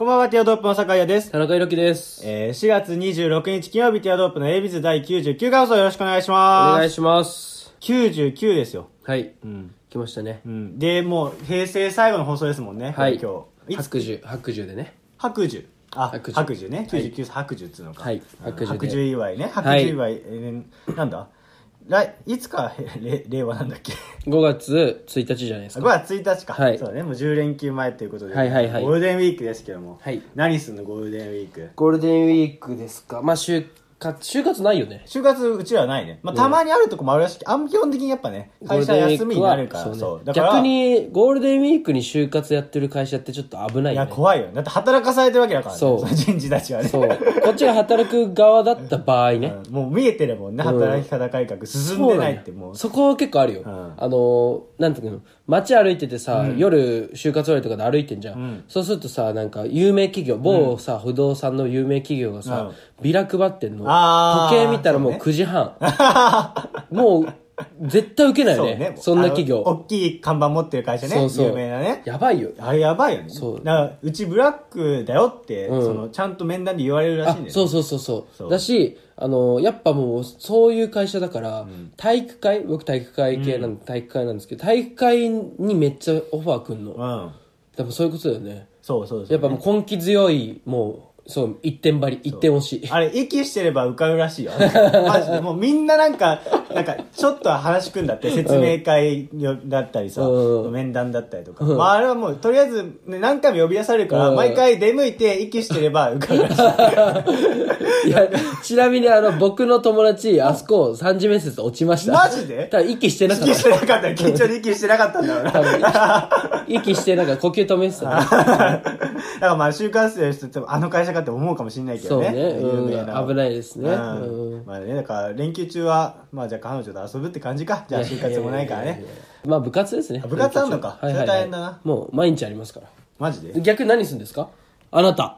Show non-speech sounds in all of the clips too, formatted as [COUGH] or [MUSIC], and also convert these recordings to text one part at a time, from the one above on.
こんばんは、ティアドロップの酒井です。田中裕樹です。えー、4月26日金曜日、ティアドロップの A ビズ第99回放送よろしくお願いしおます。願いします。 99ですよ。はい。うん。来ましたねう。ん。で、もう、平成最後の放送ですもんね。はい。今日。いつ白寿、白寿でね。白寿。あ、白白寿寿ね。99、白寿っつうのか。はいうん白寿で白寿祝いね。白はい寿祝い、えーなんだ来、いつか、 [LAUGHS] れ令和なんだっ [LAUGHS] け5月1日じゃないです5か。月1日か、はいそうだねもう10連休前ということで、はいはいはいゴールデンウィークですけども、はい何すんのゴールデンウィークゴールデンウィークですか。まあ、就活、就活ないよね。就活うちらはないね、まあ、たまにあるとこもあるらしいけど、あん基本的にやっぱね会社休みになるからゴールデそンウィークはうねだから逆に、ゴールデンウィークに就活やってる会社ってちょっと危ないいよやね。怖いよだって働かされてるわけだからねそうの人事たちはねそう。こっちが働く側だった場合ね。うんもう見えてるもんね働き方改革進んそうでななんいやってもうそこは結構あるよ。んあのー、なんていうの、街歩いててさ、夜、就活終わりとかで歩いてんじゃん。そうするとさ、なんか、有名企業、某さ、不動産の有名企業がさ、ビラ配ってんの。あー時計見たらもうそうね9時半。 [LAUGHS] もう、絶対受けないよね。そんな企あの業。大きい看板持ってる会社ねそうそう有名なねやばいよ。あれやばいよねそうだからうちブラックだよって、そのちゃんと面談で言われるらしいんあだよ、ね、そうそうそうそうそうだしあのやっぱもうそういう会社だから、体育会僕体育会系なんで、体育会なんですけど体育会にめっちゃオファーくんの、うんでもそういうことだよねそうそうそうやっぱもう根気強い、もう、そう、一点張り、一点押し。 [LAUGHS] あれ、息してれば浮かぶらしいよ。マジで。もうみんななんか、なんか、ちょっとは話くんだって、説明会よだったりさ、うん面談だったりとか。まあ、あれはもう、とりあえず、ね、何回も呼び出されるから、うん毎回出向いて息してれば浮か [LAUGHS] ぶらしい。いや、ちなみにあの、僕の友達、あそこ、三次面接落ちました。マジでただ息してなかっ息してなかった。緊張で息してなかったんだろうな。た。多分息息してなんか呼吸止めてたね。 [LAUGHS] だからまあ、就活生の人って、あの会社かって思うかもしれないけどね。そうね有名なうん危ないですねうんうまあね、だから、連休中は、まあ、じゃあ彼女と遊ぶって感じか。じゃあ、就活もないからね。まあ部活ですね。あ部活あんのかはいはいそれは大い変だなもう毎日ありますから。マジで [LAUGHS] 逆に何するんですかあなた。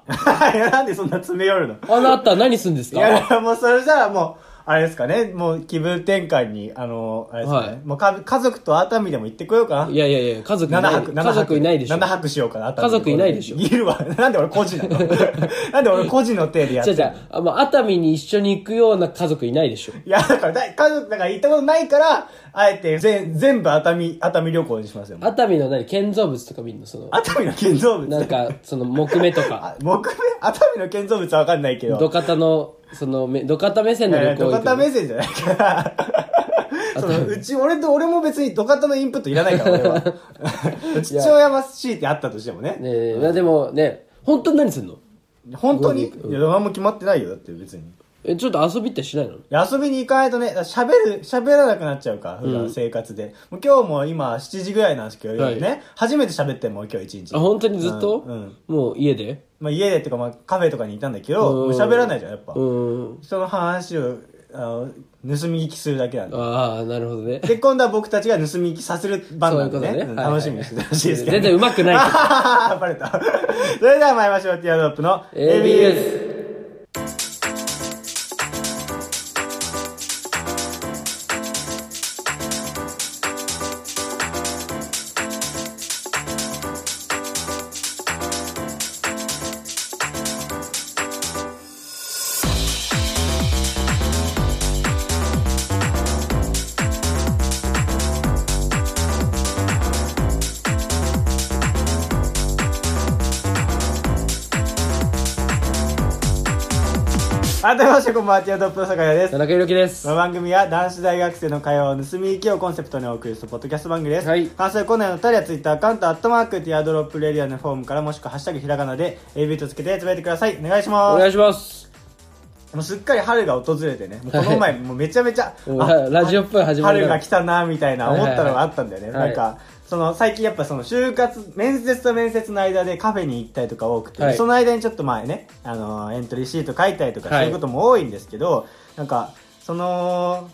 いやなんでそんな詰め寄るのあなた何するんですいや、だかからもうそれじゃあもう、あれですかね、もう気分転換に、あの、あれですかね、はいもうか家族と熱海でも行ってこようかいやいやいや、家族いな。な7い。泊、家族いないでしょ。 7泊しようかな、熱海家族いないでしょいるわ。 [LAUGHS] なんで俺個人 [LAUGHS] なのなんで俺個人の手でやっじてゃんじのゃあ、まあ、熱海に一緒に行くような家族いないでしょ。いや、だから、だ家族なんか行ったことないから、あえて全全部熱海、熱海旅行にしますよ。もう熱海の何建造物とか見るのその、熱海の建造物。なんか、その、木目とか、あ、木目熱海の建造物はわかんないけど。 [LAUGHS] 土方の、その、め土方目線の旅行土行く方の目線じゃないからそのうち俺と俺も別に土方のインプットいらないから俺 [LAUGHS] は父親は強いてあったとしてもねねえ、まあでもね、本当に何すんの本当にいや何も決まってないよだって別にえ、ちょっと遊びってしないの遊びに行かないとね、だから喋る、喋らなくなっちゃうから、普段生活で。もう今日も今7時ぐらいなんですけど、夜ね、は初めて喋ってんもう今日一日。あ、本当にずっと、うんうんもう家でまあ家でっていうかまあカフェとかにいたんだけど、もううん喋らないじゃん、やっぱ。うん。人の話を、あの、盗み聞きするだけなんで。ああ、なるほどね。 [LAUGHS] で、今度は僕たちが盗み聞きさせる番なんでねそういうこうとねんはいはい楽しみにしててほしいですけど、全然上手くないけど。あー [LAUGHS] バレた。それでは参りましょう。ティアドロップの ABS。 ABS。改めまして、こんばんは。ティアドロップの坂井です田。中裕樹ですこ。の番組は男子大学生の会話を盗み聞きをコンセプトにお送りするポッドキャスト番組です。はい関西コーナーのタリアツイッターアカウント、アットマーク、ティアドロップレディアのフォームから、もしくはハッシュタグひらがなで AB とつけてつぶやいてください。お願いしおます。願いします。もうすっかり春が訪れてね、もうこの前、もうめちゃめちゃ、うんあラジオっぽい始まり春だが来たな、みたいな思ったのがあったんだよね。はいはいはいなんか、その最近やっぱその就活、面接と面接の間でカフェに行ったりとか多くて、はいその間にちょっと前ね、あのーエントリーシート書いたりとかはいそういうことも多いんですけど、なんか、その、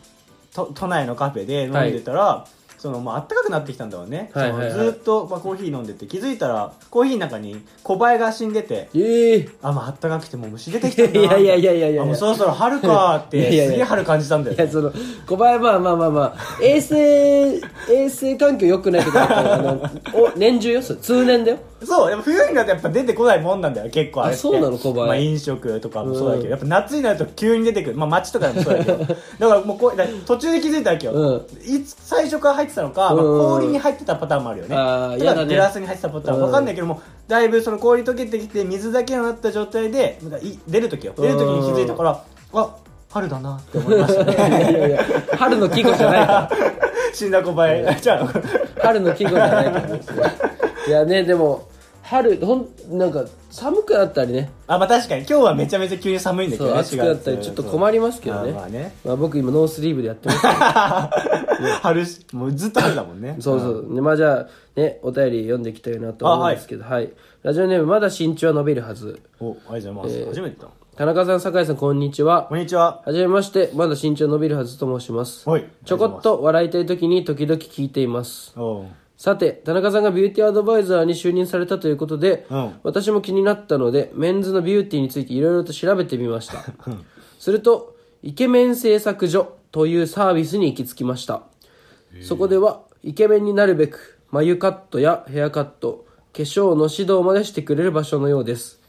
と都内のカフェで飲んでたら、そのもう暖かくなってきたんだろうね、はいはいはいそのずっと、まあ、コーヒー飲んでて気づいたらコーヒーの中に小林が死んでてええあまあ暖かくてもう虫出てきたんだいやいやいやいやいやあもうそろそろ春かーっいやいやいてやすげえ春感じたんだよいや、ねその、小林、まあまあまあまあ、 [LAUGHS] 衛生、衛生環境良くないとかだったら、あの、お、年中よ、それ通年だよ。 [LAUGHS] そう、やっぱ冬になるとやっぱ出てこないもんなんだよ、結構あれってあそうなの小林まあ飲食とかもそうだけど、やっぱ夏になると急に出てくる。まあ街とかでもそうだけ [LAUGHS] ど。だからもうこう、だから途中で気づいたわけよ。うんいつ、最初から入ってたのか、まあ、うん氷に入ってたパターンもあるよね。あーとやかだねグラスに入ってたパターンうんわかんないけども、だいぶその氷溶けてきて、水だけになった状態で、なんかい出るときよ。出るときに気づいたから、あ、春だなって思いましたいやいやいね。や、春の季語じゃないから。死んだ小林。 [LAUGHS] じゃあ、春の季語じゃないからですね。いやね、でも、春、ほん、なんか、寒くなったりね、あ、まあ確かに今日はめちゃめちゃ急に寒いんだけそどう、ね、暑くなったり、ちょっと困りりますけどね。まあね。まあ僕今ノースリーブで [LAUGHS] やってますけど春し、もうずっと春だもんね。そうそう。ねまあじゃあ、ね、お便り読んでいきたいなと思うんですけど、はい、ラジオネーム、まだ身長は伸びるはず。お、ありがとうございます。初めてだ。田中さん、酒井さん、こんにちはこ。んにちは。はじめまして、まだ身長伸びるはずと申します。はいちょこっと笑いたい時に時々聞いています。おうさて、田中さんがビューティーアドバイザーに就任されたということで、うん私も気になったので、メンズのビューティーについていろいろと調べてみました。すると、イケメン製作所というサービスに行き着きました。そこでは、イケメンになるべく、眉カットやヘアカット、化粧の指導までしてくれる場所のようです。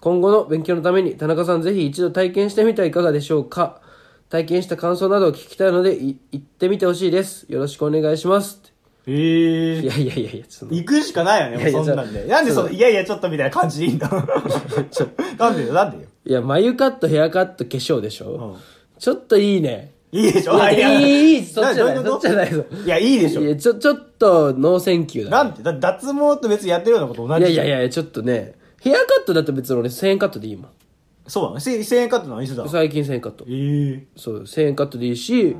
今後の勉強のために、田中さんぜひ一度体験してみてはいかがでしょうか体験した感想などを聞きたいので、い行ってみてほしいです。よろしくお願いします。え [LAUGHS] いー。やいやいやいや、その、行くしかないよいやね、いやもうそんなんで。そうなんでその、いやいや、ちょっとみたいな感じでいいん [LAUGHS] だなんでよ、なんでよ。いや、眉カット、ヘアカット、化粧でしょ、ちょっといいね。いいでしょいやあいいいいいいそっなちじゃないどううことそっちじゃないぞいや、いいでしょい。や、ちょ、ちょっと、ノーセンキューなだね。んて、だ脱毛と別にやってるようなこと同いじやじゃんいやいや、ちょっとね、ヘアカットだと別に俺1000円カットでいいもん。そうなのせ ?1000 円カットなの一緒だ。最近1000円カットえ。ー。そう、1000円カットでいいし、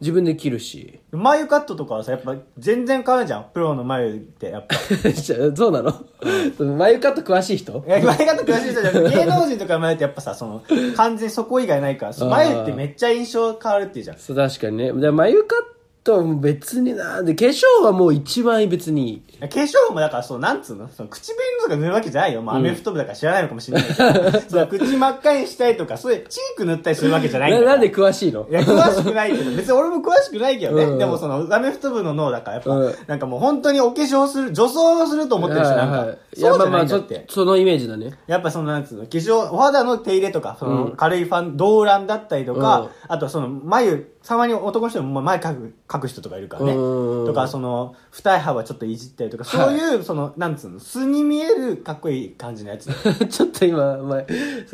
自分で切るし。 [LAUGHS] 眉カットとかはさ、やっぱ全然変わるじゃん。プロの眉って、やっぱ。じゃそうなの [LAUGHS] 眉カット詳しい人いや、前方詳しい人じゃな [LAUGHS] くて、芸能人とか前ってやっぱさ、その、完全にそこ以外ないから、前ってめっちゃ印象変わるっていうじゃん。そう、確かにね。で眉カットも別になで、化粧はもう一番別にいい。化粧もだから、そう、なんつうのその唇とか塗るわけじゃないよ。まあ、アメフト部だから知らないのかもしれないけど、[LAUGHS] その口真っ赤にしたりとか、そういうチーク塗ったりするわけじゃないんだなからなんで詳しいのいや、詳しくないけど、別に俺も詳しくないけどね。うんでもその、アメフト部の脳だから、やっぱ、うんなんかもう本当にお化粧する、女装をすると思ってるし、なんか、はいはいいそや、うじまあゃまないあ、んだそって。そのイメージだね。やっぱその、なんつうの、化粧、お肌の手入れとか、その、軽いファン、動乱だったりとか、うんあとはその、眉、たまに男の人も眉描く、描く人とかいるからね。うんとか、その、二重幅ちょっといじったりとか、そういう、その、なんつうの、素に見えるかっこいい感じのやつ。 [LAUGHS] ちょっと今、前、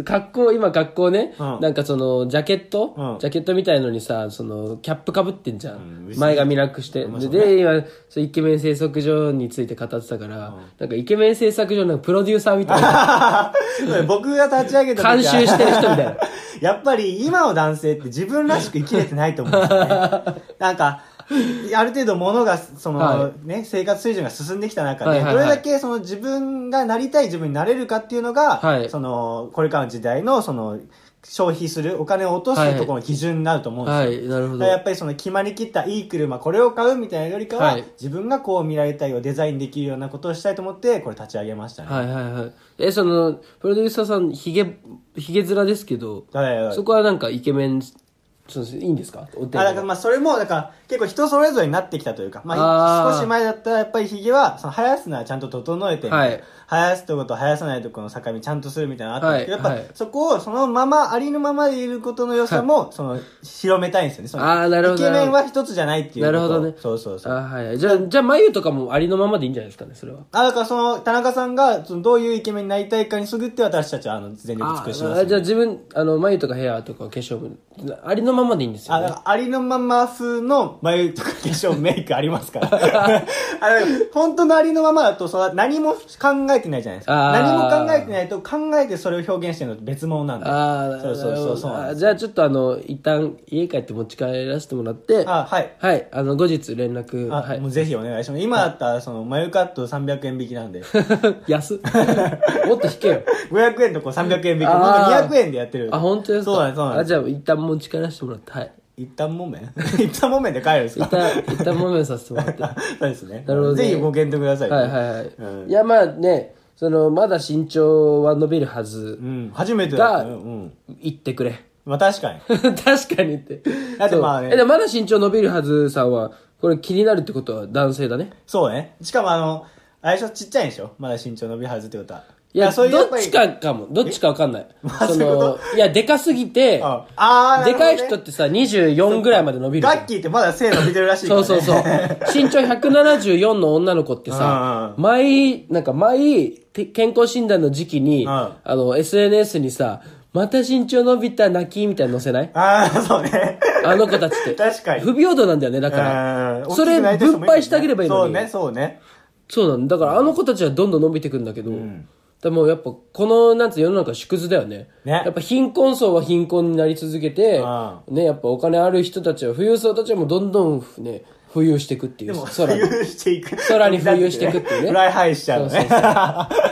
格好、今格好ね、うんなんかその、ジャケット、うんジャケットみたいのにさ、その、キャップかぶってんじゃん。うん前髪楽して。まあで、そうねで今、そうイケメン製作所について語ってたから、なんかイケメン製作所のプロデューサーみた [LAUGHS] いな、僕が立ち上げた時は監修してる人みたいな。 [LAUGHS] やっぱり今の男性って自分らしく生きれてないと思うんですよね。 [LAUGHS] なんか、ある程度物が、その、はね、生活水準が進んできた中で、はいはいはいどれだけその自分がなりたい自分になれるかっていうのが、はいその、これからの時代の、その、消費する、お金を落とはいすところの基準になると思うんですよ。はい、なるほだからやっど。ぱりその決まりきったいい車これを買うみたいなよりかは、はい自分がこう見られたいをデザインできるようなことをしたいと思ってこれ立ち上げましたね。はいはいはい。え、その、プロデューサーさん、ひげ、ひげ面ですけど、はいはいはいそこはなんかイケメン、そうですいいんですかお手あだからまあそれもだから結構人それぞれになってきたというか、まああ、ー少し前だったらやっぱりひげはその生やすのはちゃんと整えて、はい生やすとこと生やさないとこの境目ちゃんとするみたいなのあったんですけど、はいやっはいぱそこをそのままありのままでいることの良さもその広めたいんですよねそのあーなるほどイケメンは一つじゃないっていうことなるほどねそうそうそうあはい。じゃあ、じゃあ眉とかもありのままでいいんじゃないですかね、それは。あだからその田中さんがそのどういうイケメンになりたいかにすぐって私たちはあの全力尽くしますあじゃあ自分、あの、眉とかヘアとか化粧も、ありのままでいいんですあ、よ、だね。からありのまま風の眉とか化粧メイクありますから。 [LAUGHS] あの本当のありのままだと、その何も考えてないじゃないですか。あー何も考えてないと、考えてそれを表現してるのと別物なんで。ああ、そうそうそうそうなんあですじゃあちょっとあの、一旦家帰って持ち帰らせてもらって、あ、はい。はい、あの、後日連絡、あ、はいも。うぜひお願いします。今だったら、その、眉カット300円引きなんで、 [LAUGHS] 安っもっと引 [LAUGHS] けよ。 500円とこう300円引き、あーまだ200円でやってる。あ、本当ですかそうなんです、そうなんあ、でじす。ゃあ一旦持ち帰らせてもらって、はい。一旦もめん [LAUGHS] 一旦もめんで帰るんです [LAUGHS] 一か旦、一旦もめさせてもらって。はそうですね。なるほどねぜひご検討くださいい。はいはい。うんいや、まあね、その、まだ身長は伸びるはずう、ん、初めてだったねうがん。言ってくれ。まあ確かに。 [LAUGHS] 確かにって。だってまあねそうえ、でもまだ身長伸びるはずさんは、これ気になるってことは男性だね。そうね。しかもあの、あれでしょちっちゃいんでしょまだ身長伸びはずってことは。いや、だらどっち。やかかも。どっちかわか [LAUGHS] んない。あそうそいうのこ、いや、でかすぎて、ああーでなるほどかねい人ってさ、24ぐらいまで伸びるじゃん。ガッキーってまだ背伸びてるらしいかそら、うね。そうそう。身長174の女の子ってさ、毎、なんか毎、て健康診断の時期に、うんあの、SNS にさ、また身長伸びた泣きみたいなの載せない [LAUGHS] ああ、そうね。あの子たちって。確かに不平等なんだよね、だからう。んそ大きれ、くない人分もいる配してあげればいいのに。そうね、そうね。そうなんだ。だから、あの子たちはどんどん伸びてくんだけど、でもやっぱ、この、なんつう世の中縮図だよね。ねやっぱ貧困層は貧困になり続けてあ、ね、やっぱお金ある人たちは、富裕層たちはもうどんどん、ね、浮遊していくっていう、でも、空に。浮遊していく。空に浮遊していくっていうねフライハイしちゃうのね。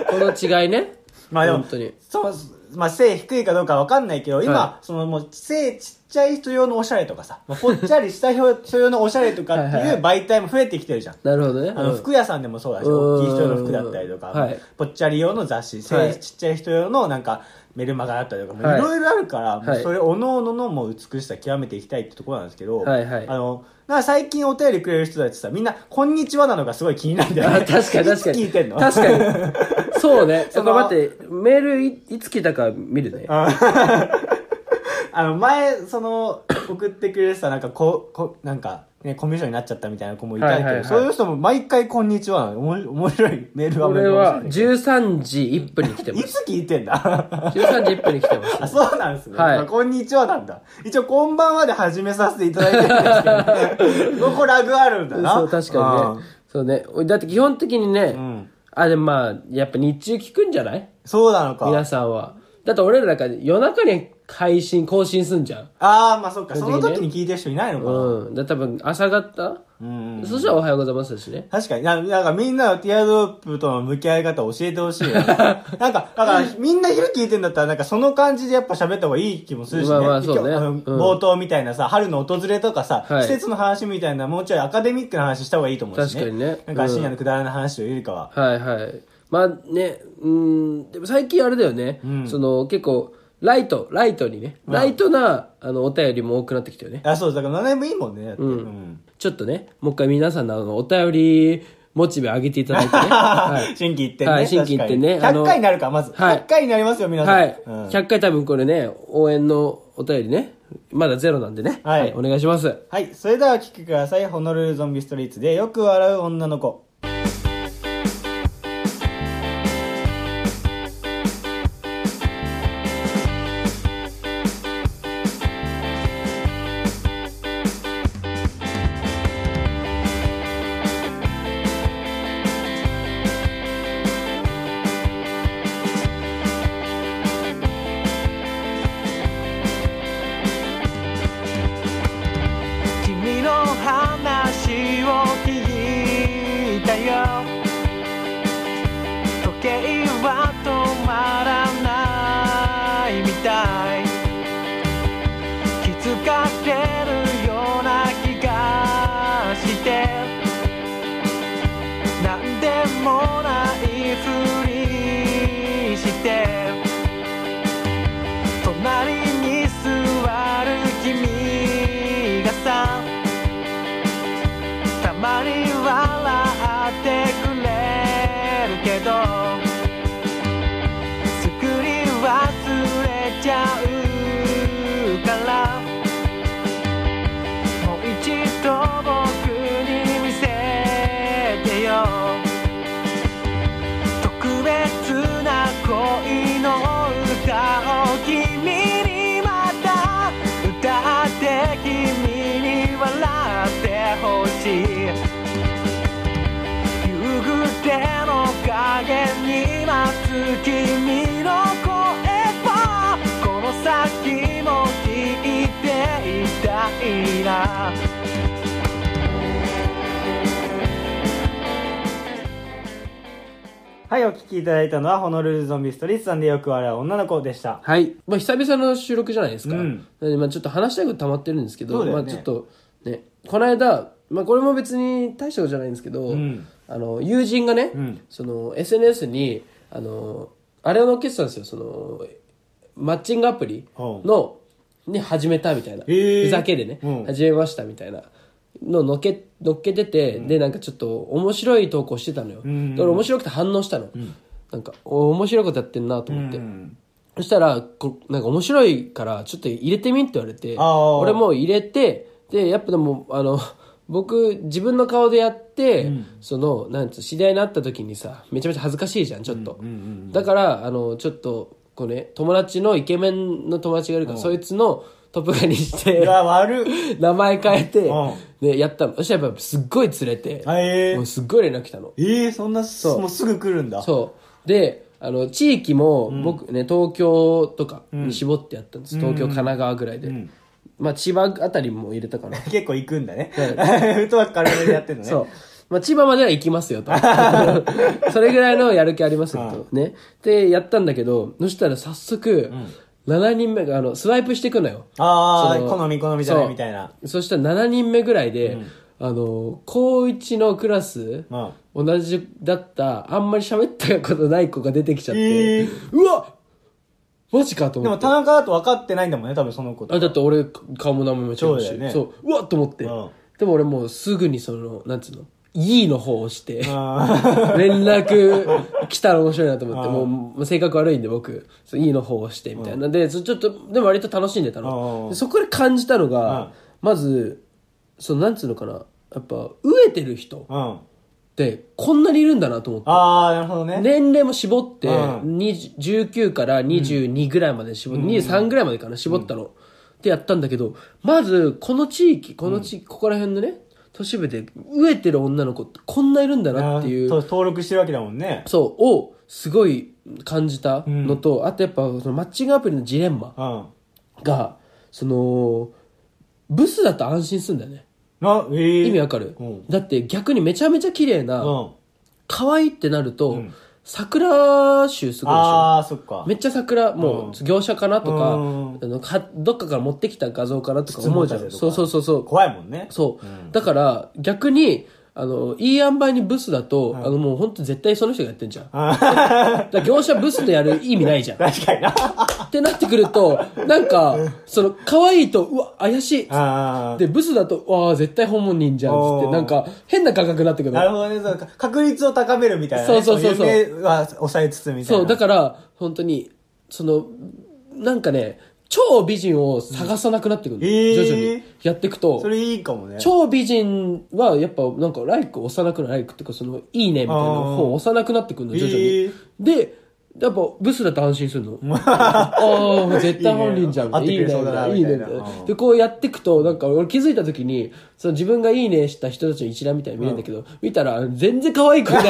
この違いね。 [LAUGHS] まあでも、本当に。そう、まあ背低いかどうかわかんないけど、今、はそのもう背ちっちゃい人用のおしゃれとかさ、まあぽっちゃりした人用のおしゃれとかってはいはいいう媒体も増えてきてるじゃん。なるほどね。 [LAUGHS] あの、うん服屋さんでもそうだし、うん大きい人用の服だったりとか、はいぽっちゃり用の雑誌、背はいちっちゃい人用のなんか、メルマガだったりとか、もはいいうろいろあるから、もうはいそれ、おのおののもう美しさ極めていきたいってところなんですけど、はいはいあの、なんか最近お便りくれる人たちさ、みんな、こんにちはなのがすごい気になるんだよあね。確かに確かいに。つ聞いてんの確かに。そうね。そそこの待って、メールいいつ来たか見るね。 [LAUGHS] あの、前、その、送ってくれてた、なんか、こ、こ、なんか、ね、コミュ障になっちゃったみたいな子もいたけど、はいはいはいそういう人も毎回、こんにちはなの。おも面白いメールはこれは面白い13時1分に来てまい [LAUGHS] す。つ聞いてんだ13時1分に来てます。あ、そうなんですね。はいまあこんにちはなんだ。一応、こんばんはで始めさせていただいてるんですけ [LAUGHS] ど、ここラグあるんだな。 [LAUGHS] そう、確かにね。そうね。だって基本的にね、んあ、でもまあ、やっぱ日中聞くんじゃないうんそうなのか。皆さんは。だって俺らなんか夜中に配信、更新すんじゃん。ああ、まあそっか。基そ本の的にね時に聞いてる人いないのかな。うん。だから多分朝方んそしたらおはようございますだしね。確かに。ななんかみんなのティアドロップとの向き合い方を教えてほしい [LAUGHS] よね、なんか、だからみんな昼聞いてんだったらなんかその感じでやっぱ喋った方がいい気もするしね。まあまあそうね今日のうん冒頭みたいなさ、春の訪れとかさ、はい季節の話みたいなもうちょいアカデミックな話した方がいいと思うしね。確かにねなんか深夜のくだらない話というよりかは。はいはい。まあね、うん、でも最近あれだよね、その結構、ライト、ライトにね、ライトな、あの、お便りも多くなってきたよね。あ、そう、だから何でもいいもんね。だってうん。ちょっとね、もう一回皆さんのあの、お便り、モチベ上げていただい [LAUGHS] てね。はい。新規一点ね。はい新規一点ね確かにあ100の回になるから、まず。はい100回になりますよ、皆さん。はい。うん100回多分これね、応援のお便りね、まだゼロなんでね。はいお願いします。はい、それではお聴きください。ホノルルゾンビストリートでよく笑う女の子。君の話を聞いたよ時計は止まらないみたい気づかれるような気がして何でもないふりして隣に座る君がさたまに笑ってくれるけどすぐに忘れちゃうからもう一度僕に見せてよ特別な恋の歌を君にまた歌って君に笑ってほしい夕暮れの影に待つ君の声をこの先も聞いていたいなはい、お聴きいただいたのは、ホノルルゾンビストリートさんでよく笑う女の子でした。はい。まあ、久々の収録じゃないですか。うんなんでまあ、ちょっと話したいこと溜まってるんですけそうど、だよまねあ、ちょっと、ね、この間、まあ、これも別に大したことじゃないんですけど、んあの、友人がね、んその、SNS に、あの、あれを載っけてたんですよ、その、マッチングアプリの、ね、始めたみたいな。へーふざけでね、うん始めましたみたいな。ののっけ、のっけてて、で、なんかちょっと面白い投稿してたのよ。んで俺面白くて反応したの。なんか、お面白いことやってんなと思って。うんそしたら、こなんか面白いから、ちょっと入れてみって言われて、あー俺も入れて、で、やっぱでも、あの、 [LAUGHS] 僕、自分の顔でやって、その、なんつう、知り合いになった時にさ、めちゃめちゃ恥ずかしいじゃん、ちょっと。だから、あの、ちょっと、こうね、友達のイケメンの友達がいるから、そいつのトップガンにしてう、わ、悪っ。 [LAUGHS] 名前変えてうん、ね、やったの。そしたらやっぱすっごい釣れて、あえーもうすっごい連絡来たの。ええ、そんな、うもうすぐ来るんだ。そう。で、あの、地域も、僕ね、東京とかに絞ってやったんです。東京、神奈川ぐらいで。まあ、千葉あたりも入れたかな。結構行くんだ [LAUGHS] ね。フットワーク軽めでやってんのね。そう。まあ、千葉までは行きま [LAUGHS] すよと。それぐらいのやる気ありますよと。ね。で、やったんだけど、そしたら早速、7人目が、あの、スワイプしていくのよ。ああ、その好み好みじゃなそいうみたいな。そしたら7人目ぐらいで、あの、高1のクラス、うん同じだった、あんまり喋ったことない子が出てきちゃって、えーうわマジかとで思もって。田中だと分かってないんだもんね、多分その子とあだって俺、顔も名前も違うそうだし、よねそう、うわっと思って、うんでも俺もうすぐにその、なんつうの、いいの方を押して、あ連絡来たら面白いなと思って、あーもうもう性格悪いんで僕、そういいの方を押してみたいな。で、そちょっと、でも割と楽しんでたあのー。でそこで感じたのが、まず、そのなんつうのかな、やっぱ、飢えてる人ーうん。ってこんなにいるんだなと思って。ああ、なるほどね。年齢も絞って、うん20 19から22ぐらいまで絞って、23ぐらいまでかな、絞ったの。ってやったんだけど、まず、この地域、この地域、ここら辺のね、都市部で飢えてる女の子ってこんないるんだなっていう。と登録してるわけだもんね。そう、をすごい感じたのと、あとやっぱそのマッチングアプリのジレンマうん。が、その、ブスだと安心するんだよね。な、えー、意味わかる、うんだって逆にめちゃめちゃ綺麗な、うん。可愛いってなると、ん桜酒すごいでしょああ、そっか。めっちゃ桜、もう、業者かなとか、うんあのか、どっかから持ってきた画像かなとか思うじゃ質問ん。立てとそうかそうそうそう。怖いもんね。そう、だから、逆に、あの、いい塩梅にブスだと、あの、もう本当絶対その人がやってんじゃん。だから業者ブスでやる意味ない [LAUGHS] じゃん。確かにな。ってなってくると、なんか、その、可愛いと、うわ、怪しい。あで、ブスだと、わあ、絶対本人じゃん。つっおて、ーなんか、変な感覚になってくあ。るなるほどね。そうか確率を高めるみたいな、ね。そうそうそうそうい夢は抑えつつみたいな。そう、だから、本当に、その、なんかね、超美人を探さなくなってくうるの、んえー徐々に。やっていくとそ、れいいかもね。超美人は、やっぱ、なんか、ライク押さなくなる、ライクっていうか、その、いいねみたいな方を押さなくなってくるの、徐々に。えーで、やっぱ、ブスだと安心 [LAUGHS] するの。ああ、絶対本人じゃん、みたいな。いいね合ってくれそうだないいね、いいみねたいなうん。で、こうやっていくと、なんか、俺気づいた時に、その自分がいいねした人たちの一覧みたいに見えるんだけど、見たら、全然可愛 [LAUGHS] い子いない。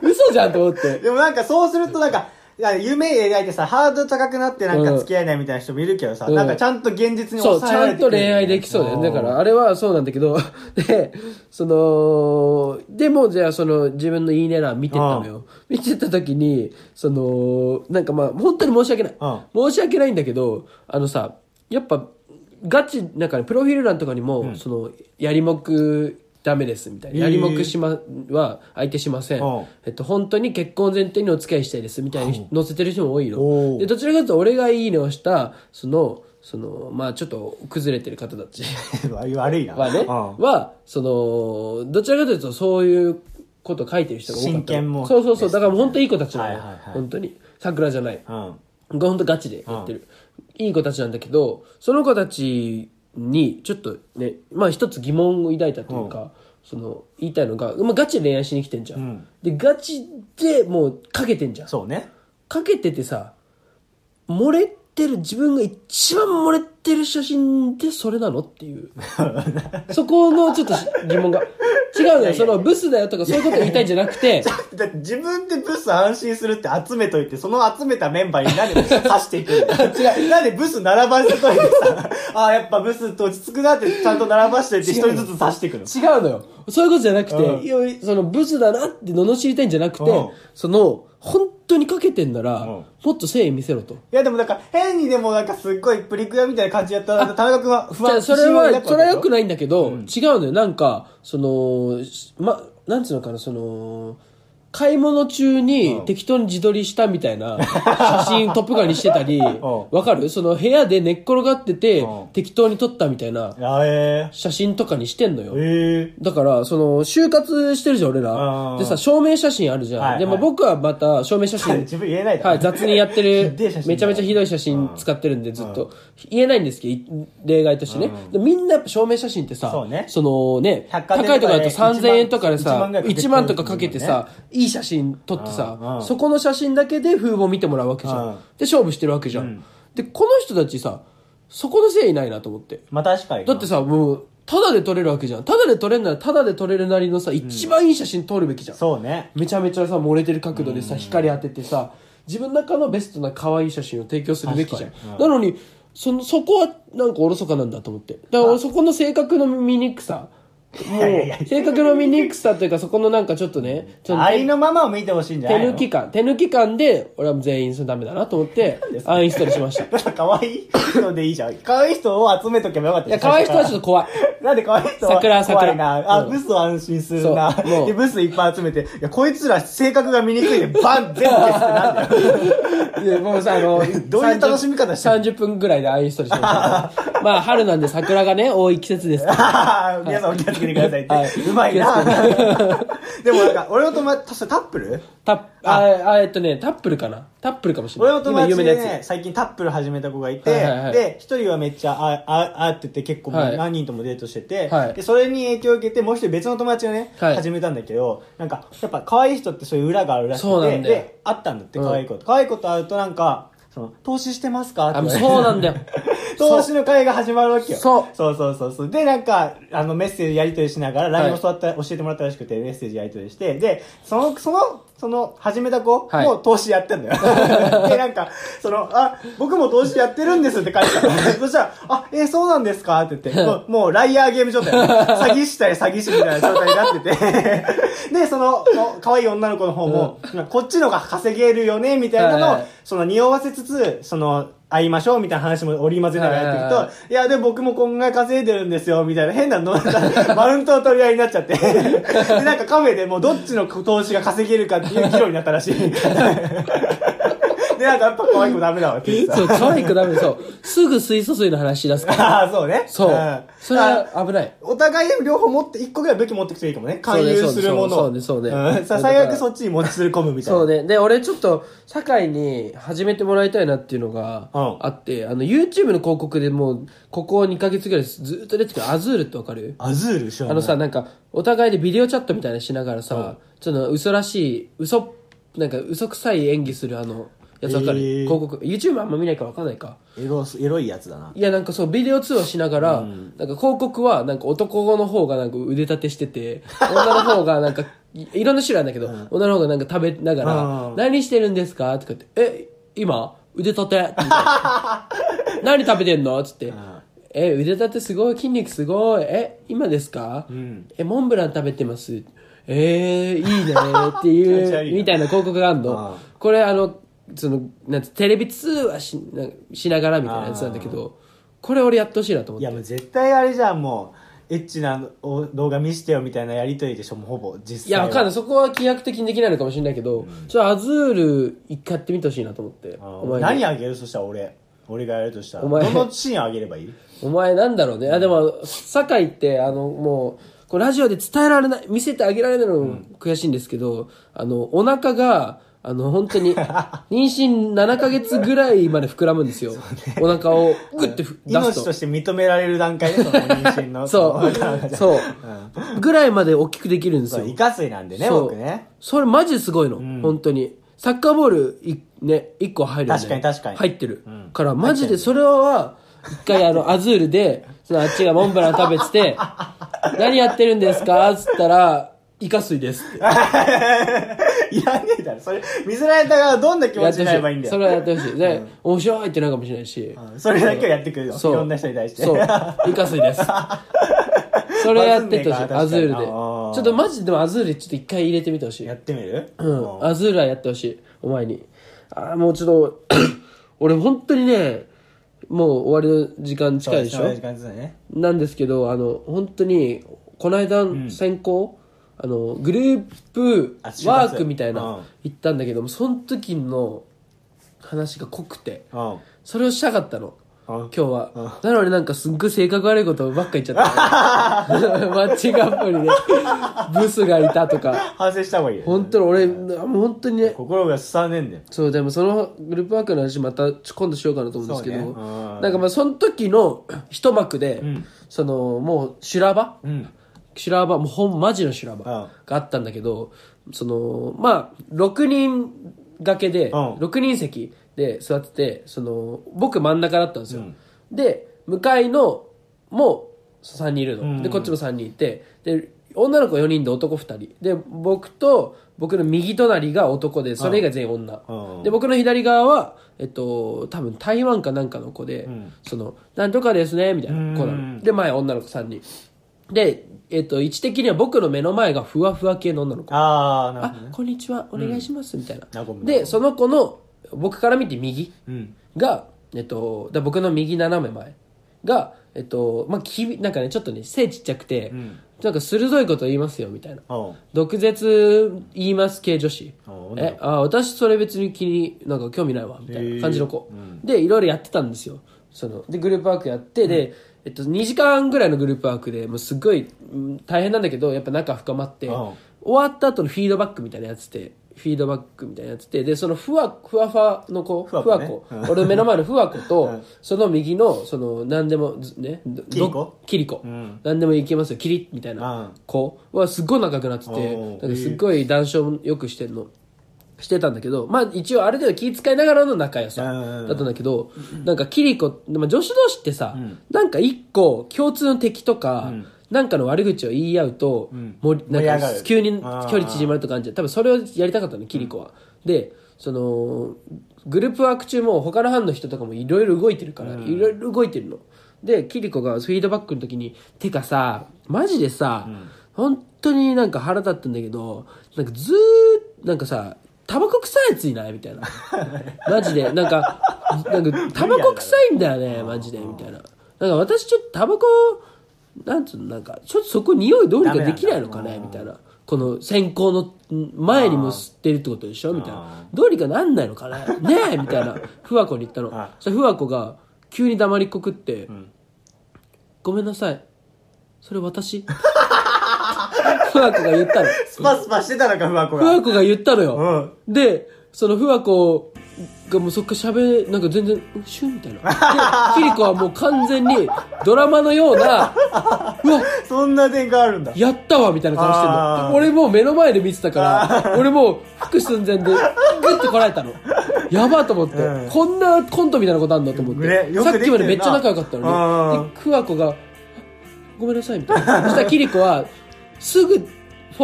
嘘じゃんと思って。でもなんかそうするとなんか、いや夢描いてさ、ハードル高くなってなんか付き合えないみたいな人もいるけどさ、うんなんかちゃんと現実にそう、抑ちえらゃれんてくるよとね恋愛できそうだよね。だから、。あれはそうなんだけど、 [LAUGHS] で、その、でも、じゃあ、その、自分のいいね欄見てったのよ。見てた時に、その、なんかまあ、本当に申し訳ない。申し訳ないんだけど、あのさ、やっぱ、ガチ、なんかね、プロフィール欄とかにも、その、やりもく、ダメですみたいな。やりもくしま、は相手しませんうん。えっと、本当に結婚前提にお付き合いしたいですみたいに載せてる人も多いおの。ーで、どちらかというと俺がいいねをした、その、その、まあちょっと崩れてる方たち [LAUGHS] 悪いな。はね、うんは、その、どちらかというとそういうことを書いてる人が多かったの。真剣もそうそうそう。だからもう本当にいい子たちなのよ。はいはいはい本当に。桜じゃない。うん。が本当ガチでやってる、いい子たちなんだけどその子たちにちょっとねまあ一つ疑問を抱いたというか、その言いたいのが、まあ、ガチで恋愛しに来てんじゃん、んでガチでもうかけてんじゃんそうね。かけててさ漏れてる自分が一番漏れてる写真でそれなのっ [LAUGHS] ていうそこのちょっと疑問が違うのよそのブスだよとかそういうこと言いたいんじゃなく [LAUGHS] [LAUGHS] てだって自分でブス安心するって集めといて、その集めたメンバーに何で貸していくんだ [LAUGHS] よ。違う。なんでブス並ばせといてさ、ああ、やっぱブスって落ち着くなってちゃんと並ばしてって一人ずつ刺していくの。違うのよ。そういうことじゃなくて、うんいやそのブスだなって罵りたいんじゃなくて、うんその、本当にかけてんなら、んもっと誠意見せろと。いやでもなんか変にでもなんかすっごいプリクラみたいな感じやったら、田中君は不じゃ安あそれは、それは良くない。ないんだけど、違うのよ。なんか、その、しま、なんつうのかな、その、買い物中にうん適当に自撮りしたみた [LAUGHS] いな写真トップガンにしてたり、んわかるその部屋で寝っ転がっててうん適当に撮ったみたいなあえ写真とかにしてんのよー。。えだから、その、就活してるじゃん、俺うら。んでさ、証明写真あるじゃん。はいで、まあ、はい僕はまた、証明写ー、真、自分 [LAUGHS] 言えないだろはい、雑にやってる [LAUGHS] ひでえ写、真だめちゃめちゃひどい写真使ってるんで、ずっと、言えないんですけど、例外としてね。でみんなやっぱ証明写真ってさ、そうねのね、百高貨店いとかだととかね3000円とかで1さ万、ぐらいかけて1万とかかけてさ、いい写真撮ってうんさう、んそこの写真だけで風貌見てもらうわけじゃうんん。で、勝負してるわけじゃん。で、この人たちさ、そこのせいないなと思って。まあ確かに。だってさ、もう、ただで撮れるわけじゃん。ただで撮れるなら、ただで撮れるなりのさ、一番いい写真撮るべきじゃん。そうね。めちゃめちゃさ、漏れてる角度でさ、光当ててさ、自分の中のベストな可愛い写真を提供するべきじゃん。確かにうんなのに、その、そこは、なんかおろそかなんだと思って。だから俺そこの性格の醜さ、も、いやいやいう性格の醜さというか、そこのなんかちょっとね、ちょっとありのままを見てほしいんじゃ手ないの抜き感、手抜き感で、俺はもう全員それダメだなと思って、アンインストールしました。い [LAUGHS] だから可愛い人でいいじゃん。可愛い人を集めとけばよかったや、可愛い人はちょっと怖い。 [LAUGHS] なんで可愛い人は桜桜怖いな。あ、うんブスは安心するなそうもう。で、ブスいっぱい集めて、いや、こいつら性格が醜いで、バン全部消すって [LAUGHS] なんだよ。いやもうさ、あの、どういう楽しみ方してんの30分ぐらいでアインストールしてまし [LAUGHS] た。まあ、春なんで桜がね、多い季節ですから。あー皆さんお気をつけてくださいって。はいうまいな。 [LAUGHS] でもなんか、俺の友達、確かタップルタップ、あ、あえっとね、タップルかな。タップルかもしれ俺ない。の友達で今有名なねや、つ。最近タップル始めた子がいて、はいはいはいで、一人はめっちゃ、あ、あ、あってて結構もうはい何人ともデートしてて、はいで、それに影響を受けて、もう一人別の友達がね、はい始めたんだけど、なんか、やっぱ可愛い人ってそういう裏があるらしくて、そうなんだよで、あったんだって、うん可愛い子と。可愛い子と会うとなんか、その、投資してますかってあ、もう言われてそうな [LAUGHS] んだよ。投資の会が始まるわけよ。そうそうそうそうそう。で、なんか、あの、メッセージやり取りしながら、LINE はをい教わった、教えてもらったらしくて、メッセージやり取りして、で、その、その、その、始めた子、はいもう投資やってん [LAUGHS] だよ。で、なんか、その、あ、僕も投資やってるんですって返したの [LAUGHS] そしたら、あ、えーそうなんですかって言って、もう、もうライアーゲーム状態。詐欺師対詐欺師みたいな状態にな [LAUGHS] ってて。で、その、の可愛い女の子の方も、こっちのが稼げるよね、みたいなはいのはをい、その、匂わせつつ、その、会いましょうみたいな話も織り交ぜながらやっていくと、はいはいはいいや、でも僕もこんぐらい稼いでるんですよ、みたいな変なの、なん [LAUGHS] かマウントを取り合いになっちゃ [LAUGHS] って。で、なんかカフェでもうどっちの投資が稼げるかっていう議論になったらし [LAUGHS] い。で、なんかやっぱ可愛い子ダメだわって言ってそう、た。可愛くダメそう。すぐ水素水の話し出すから。ああ、そうね。そんう。それは危ない。お互い両方持って、一個ぐらい武器持ってくといいかもね。勧誘するもの。そうねそうねそうねそうねんさ最悪そっちに持ちすり込むみたいな。そうね。で、俺ちょっと、堺に始めてもらいたいなっていうのがうんあって、あの、YouTube の広告でもう、ここ2ヶ月ぐらいずっと出てくる、アズールってわかるアズールでしょあのさ、、なんか、お互いでビデオチャットみたいなのしながらさ、ちょっと嘘らしい、嘘、なんか嘘くさい演技するあの、やつわかる、えー広告。YouTube あんま見ないからわかんないか。エロス、エロいやつだな。いや、なんかそう、ビデオ通話しながら、なんか広告は、なんか男の方がなんか腕立てし [LAUGHS] てて、女の方がなんか、いいろんな種類あるんだけど、女の方がなんか食べながら、うん何してるんですかとかって、え、今、腕立て [LAUGHS] って言って何食べてんのつって、え、腕立てすごい、筋肉すごい、え、今ですか、え、モンブラン食べてます。えー、いいねーってい、気持ち悪いうなみたいな広告があんのあ。これあの、その、なんて、テレビ通話しなしながらみたいなやつなんだけど、これ俺やってほしいなと思いっやて。もう絶対あれじゃんもうエッチなお動画見してよみたいなやりとりでしょもうほぼ実際いや、わかんないい。そこは規約的にできないのかもしれないけど、ちょっとアズール一回やってみてほしいなと思って。お前に何あげるそしたら俺俺がやるとしたらお前どのシーンあげれば [LAUGHS] いいお前なんだろうね。あ、でも、堺って、あの、もう、こうラジオで伝えられない、見せてあげられないのも悔しいんですけど、あの、お腹が、あの、本当 [LAUGHS] に、妊娠7ヶ月ぐらいまで膨らむんですよ。お腹をグッてふ出 [LAUGHS] 命すとと。して認められる段階でその妊娠 [LAUGHS] のそのなんう。かそう。ぐらいまで大きくできるんです [LAUGHS] そうよイ。カ水なんでねそう僕ね [LAUGHS] それマジですごいの、本当にサッカーボールいね1個入るよね確かに確かに入ってる、からマジでそれは一 [LAUGHS] 回あのアズールでそのあっちがモンブラン食べてて「何やってるんですか?」っつったら「イカ水です」っていらねえだろそれ見せられた側はどんな気や持っちてにほなしればいいんいだそよれはやってほしいで、面白いってなるかもしれないし、うんそれだけはやってくるよいそうろんな人に対して [LAUGHS] そうイカ水ですそれやってってほしバズんねえかいアズール確かにでちなあょーっとマジでもアズールちょっと一回入れてみてほしいやってみるうん、アズーラやってほしい、お前に。ああ、もうちょっと、 [COUGHS] 俺本当にね、もう終わりの時間近いでしそうょすね同じ感じだねなんですけど、あの、本当に、この間、選考、あのグループあ就活ワークみたいな、うん行ったんだけどもその時の話が濃くてうん。それをしたかったのうん今日はなのになんかすっごい性格悪いことばっか言っちゃった [LAUGHS] マッチングアプリでブスがいたとか反省した方がいいよ。本当に俺もう本当にね心がすさねえんだよ。そうでもそのグループワークの話また今度しようかなと思うんですけど、そうねうんなんかまあその時の一幕で、んそのもう修羅場、うん。修羅場もうほんマジの修羅場うんがあったんだけど、そのまあ6人掛けで、うん6人席で座っててその僕真ん中だったんですよ、で向かいのも3人いるの、うんでこっちも3人いてで女の子4人で男2人で僕と僕の右隣が男でそれ以外全員女、うんで僕の左側はえっと多分台湾かなんかの子で、んそのなんとかですねみたいな子なうんので前女の子3人で、えっと、位置的には僕の目の前がふわふわ系の女の子。あ、あー、なるほどね。こんにちは、お願いします、みたいあなごめん。ごめで、んその子の、僕から見て右うん。が、えっと、だ僕の右斜め前が、えっと、まあ、き、なんかね、ちょっとね、背ちっちゃくて、んなんか鋭いこと言いますよ、みたいな。うん。毒舌言います系女子あ女の子えあ私それ別に気になんか興味ないわみたいな感じの子、へーうんでいろいろやってたんですよそのでグループワークやってで、えっと、2時間ぐらいのグループワークでもうすごい、うん大変なんだけどやっぱ仲深まって、うん終わった後のフィードバックみたいなやつでフィードバックみたいなやつででそのふわふわふわの子ふわこねふわうんこ俺の目の前のふわ子と、うんその右のその何でもずねどキリコキリコ、ん何でもいけますよキリッみたいなうん子はすっごい仲良くなってておーなんかすっごい談笑よくしてんのしてたんだけどまあ一応ある程度気遣いながらの仲良さうんだったんだけどなんかキリコ、まあ、女子同士ってさ、なんか一個共通の敵とか、なんかの悪口を言い合うと、もりなん盛り上がかる急に距あー離縮まるとかあるじゃん多分それをやりたかったのキリコは、でそのグループワーク中も他の班の人とかもいろいろ動いてるからいろいろ動いてるのでキリコがフィードバックの時に「てかさマジでさ、本当になんか腹立ったんだけどなんかずーっとなんかさタバコ臭いやついないみたいなマジでなんかなんかタバコ臭いんだよねマジでみたいななんか私ちょっとタバコなんつうのなんかちょっとそこ匂いどうにかできないのかねみたいなこの線香の前にも吸ってるってことでしょみたいなどうにかなんないのかねねえみたいなふわこに言ったのあそしたらふわこが急に黙りっこくって、ごめんなさいそれ私 [LAUGHS] ふわこが言ったのスパスパしてたのか、ふわこふわが。こが言ったのよ。で、そのふわこがもうそっから喋、なんか全然、うんシュンみたいな。で、キリコはもう完全にドラマのような、うわ、そんな展開あるんだ。やったわみたいな顔してんあの。ー俺もう目の前で見てたから、俺もう服寸前で、グッてこらえたの。やばと思って、うんこんなコントみたいなことあんだと思って、ねよさくっできてるなきまでめっちゃ仲良かったのうに、んで、クワコが、ごめんなさいみたいな。そしたらキリコは、すぐフ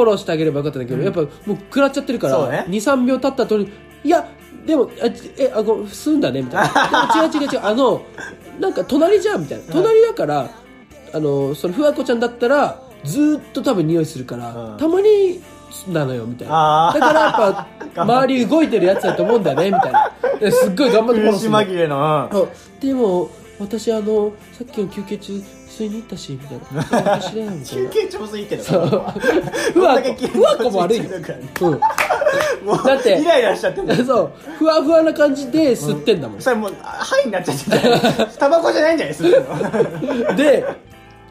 ォローしてあげればよかったんだけど、やっぱもう食らっちゃってるかそうら、ね2、3秒経った後に、いや、でも、あちえ、あ、ごすんだねみたいな。でも違う違う違う、あの、なんか隣じゃんみたいな。隣だから、あの、そのふわこちゃんだったら、ずーっと多分匂いするから、うんたまに、なのよ、みたいなあ。ーだか [LAUGHS] らやっぱ、周り動いてるやつだと思うんだよね、みたいな。ですっごい頑張ってフォロー苦すしるの紛れの。うんあでも私あのさっきの休憩中吸いに行ったしみたいな私だよみたい休な憩調子いいけど。ふわどんだけこ休憩ふわこも悪いよ、中だうん、もう、だってイライラしちゃってる。そうふわふわな感じで吸ってんだもんそれもう、あはいになっちゃって [LAUGHS] る。タバコじゃないんじゃないするの。で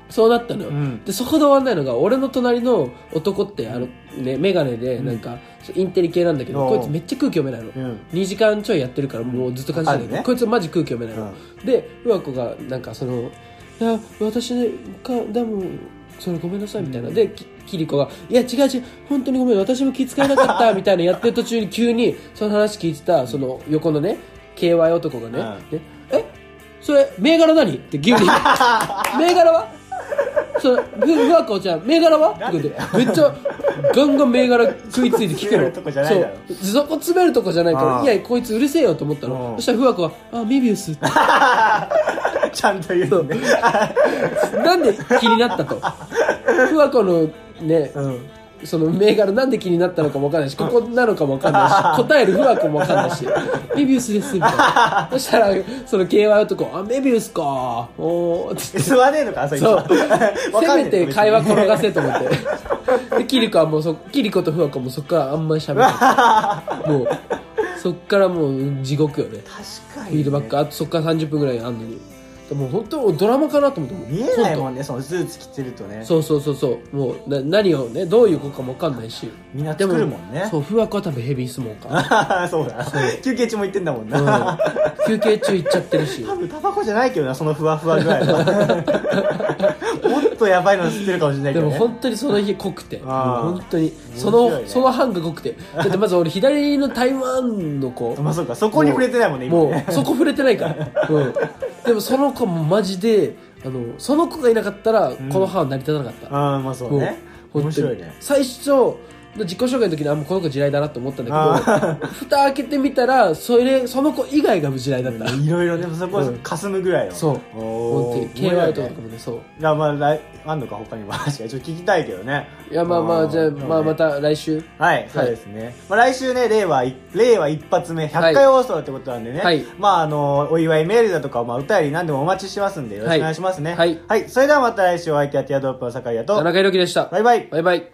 そうなったのよ、んでそこで終わんないのが俺の隣の男ってあの、ね、眼鏡でなんか、インテリ系なんだけどおうこいつめっちゃ空気読めないの、うん2時間ちょいやってるからもうずっと感じてるんだあるけど、ねこいつマジ空気読めないの、でうわこがなんかその「いや私ねかでもそれごめんなさい」みたいな、できキリコが「いや違う違う本当にごめん私も気遣えなかった」みたいなやってる途中に急にその話聞いてたその横のね KY 男がね「ねえそれ銘柄何?」って急に銘柄はそのふふわこちゃん銘柄はってことでめっちゃガンガン銘柄食いついてきてる詰めるとこじゃないだろそうそこ詰めるとこじゃないかうらんいやこいつうるせえよと思ったうのんそしたらふわこは「あメビウス」って [LAUGHS] ちゃんと言うのね。なんで気になっ [LAUGHS] たとふわこのね、うん。その銘柄なんで気になったのかもわかんないし、ここなのかもわかんないし、答えるふわこもわかんないし、メビウスです、みたいな。そしたら、その KY 男、あ、メビウスかおー、つって [LAUGHS] 吸わねえのか、朝一そう [LAUGHS] 番。。わかんせねえ [LAUGHS] めて会話転がせと思って。でキリコはもうそキリコとフワコもそっからあんまり喋らないもうそっからもう地獄よね確かに、ね。フィードバックあとそっから30分ぐらいあんのにもう本当ドラマかなと思ってもう見えないコもンんね、そのスーツ着てるとね。トそうそうそうそうもうな何をねどういう子かも分かんないしみんな作るもんねでそうフワコは多分ヘビースモーカ [LAUGHS] ーそうだ。休憩中も行ってんだもんな。うん休憩中行っちゃってるし多分タバコじゃないけどな、そのふわふわ具合 [LAUGHS] は。もっとやばいの吸ってるかもしれないけでどもね。本当にその日濃くてもうあー本当にそ面白いのねその班が濃くてだってまず俺左の台湾の子 [LAUGHS] まあそうか、そこに触れてないもんね、今もね。うそこ触れてないから、うん、でもその子もマジであのその子がいなかったらこの班は成り立たなかった、ああ、まあそうね。も面う本当に白いね。最初自己紹介の時にあもうこの子地雷だなと思ったんだけど蓋開けてみたらそれその子以外が無地雷だった、いろいろね、そこはうんかすむぐらいの。そうお本ー当に面白 KY いとねかもねそういや、まあ、来、あんのか、他にも。 [LAUGHS] 確かに、ちょっと聞きたいけどね。いやまあまあじゃあ、うんまあま。た来週はい、そうですね。まあ、来週ね、令和い、令和一発目、100回放送ってことなんでね。はいまあ、あの、お祝いメールだとか、まあ、お便り何でもお待ちしてますんで、よろしくお願いしますね。はいはい。それではまた来週、お相手はティアドロップの酒井屋と、田中裕樹でしたバイバイ。バイバイ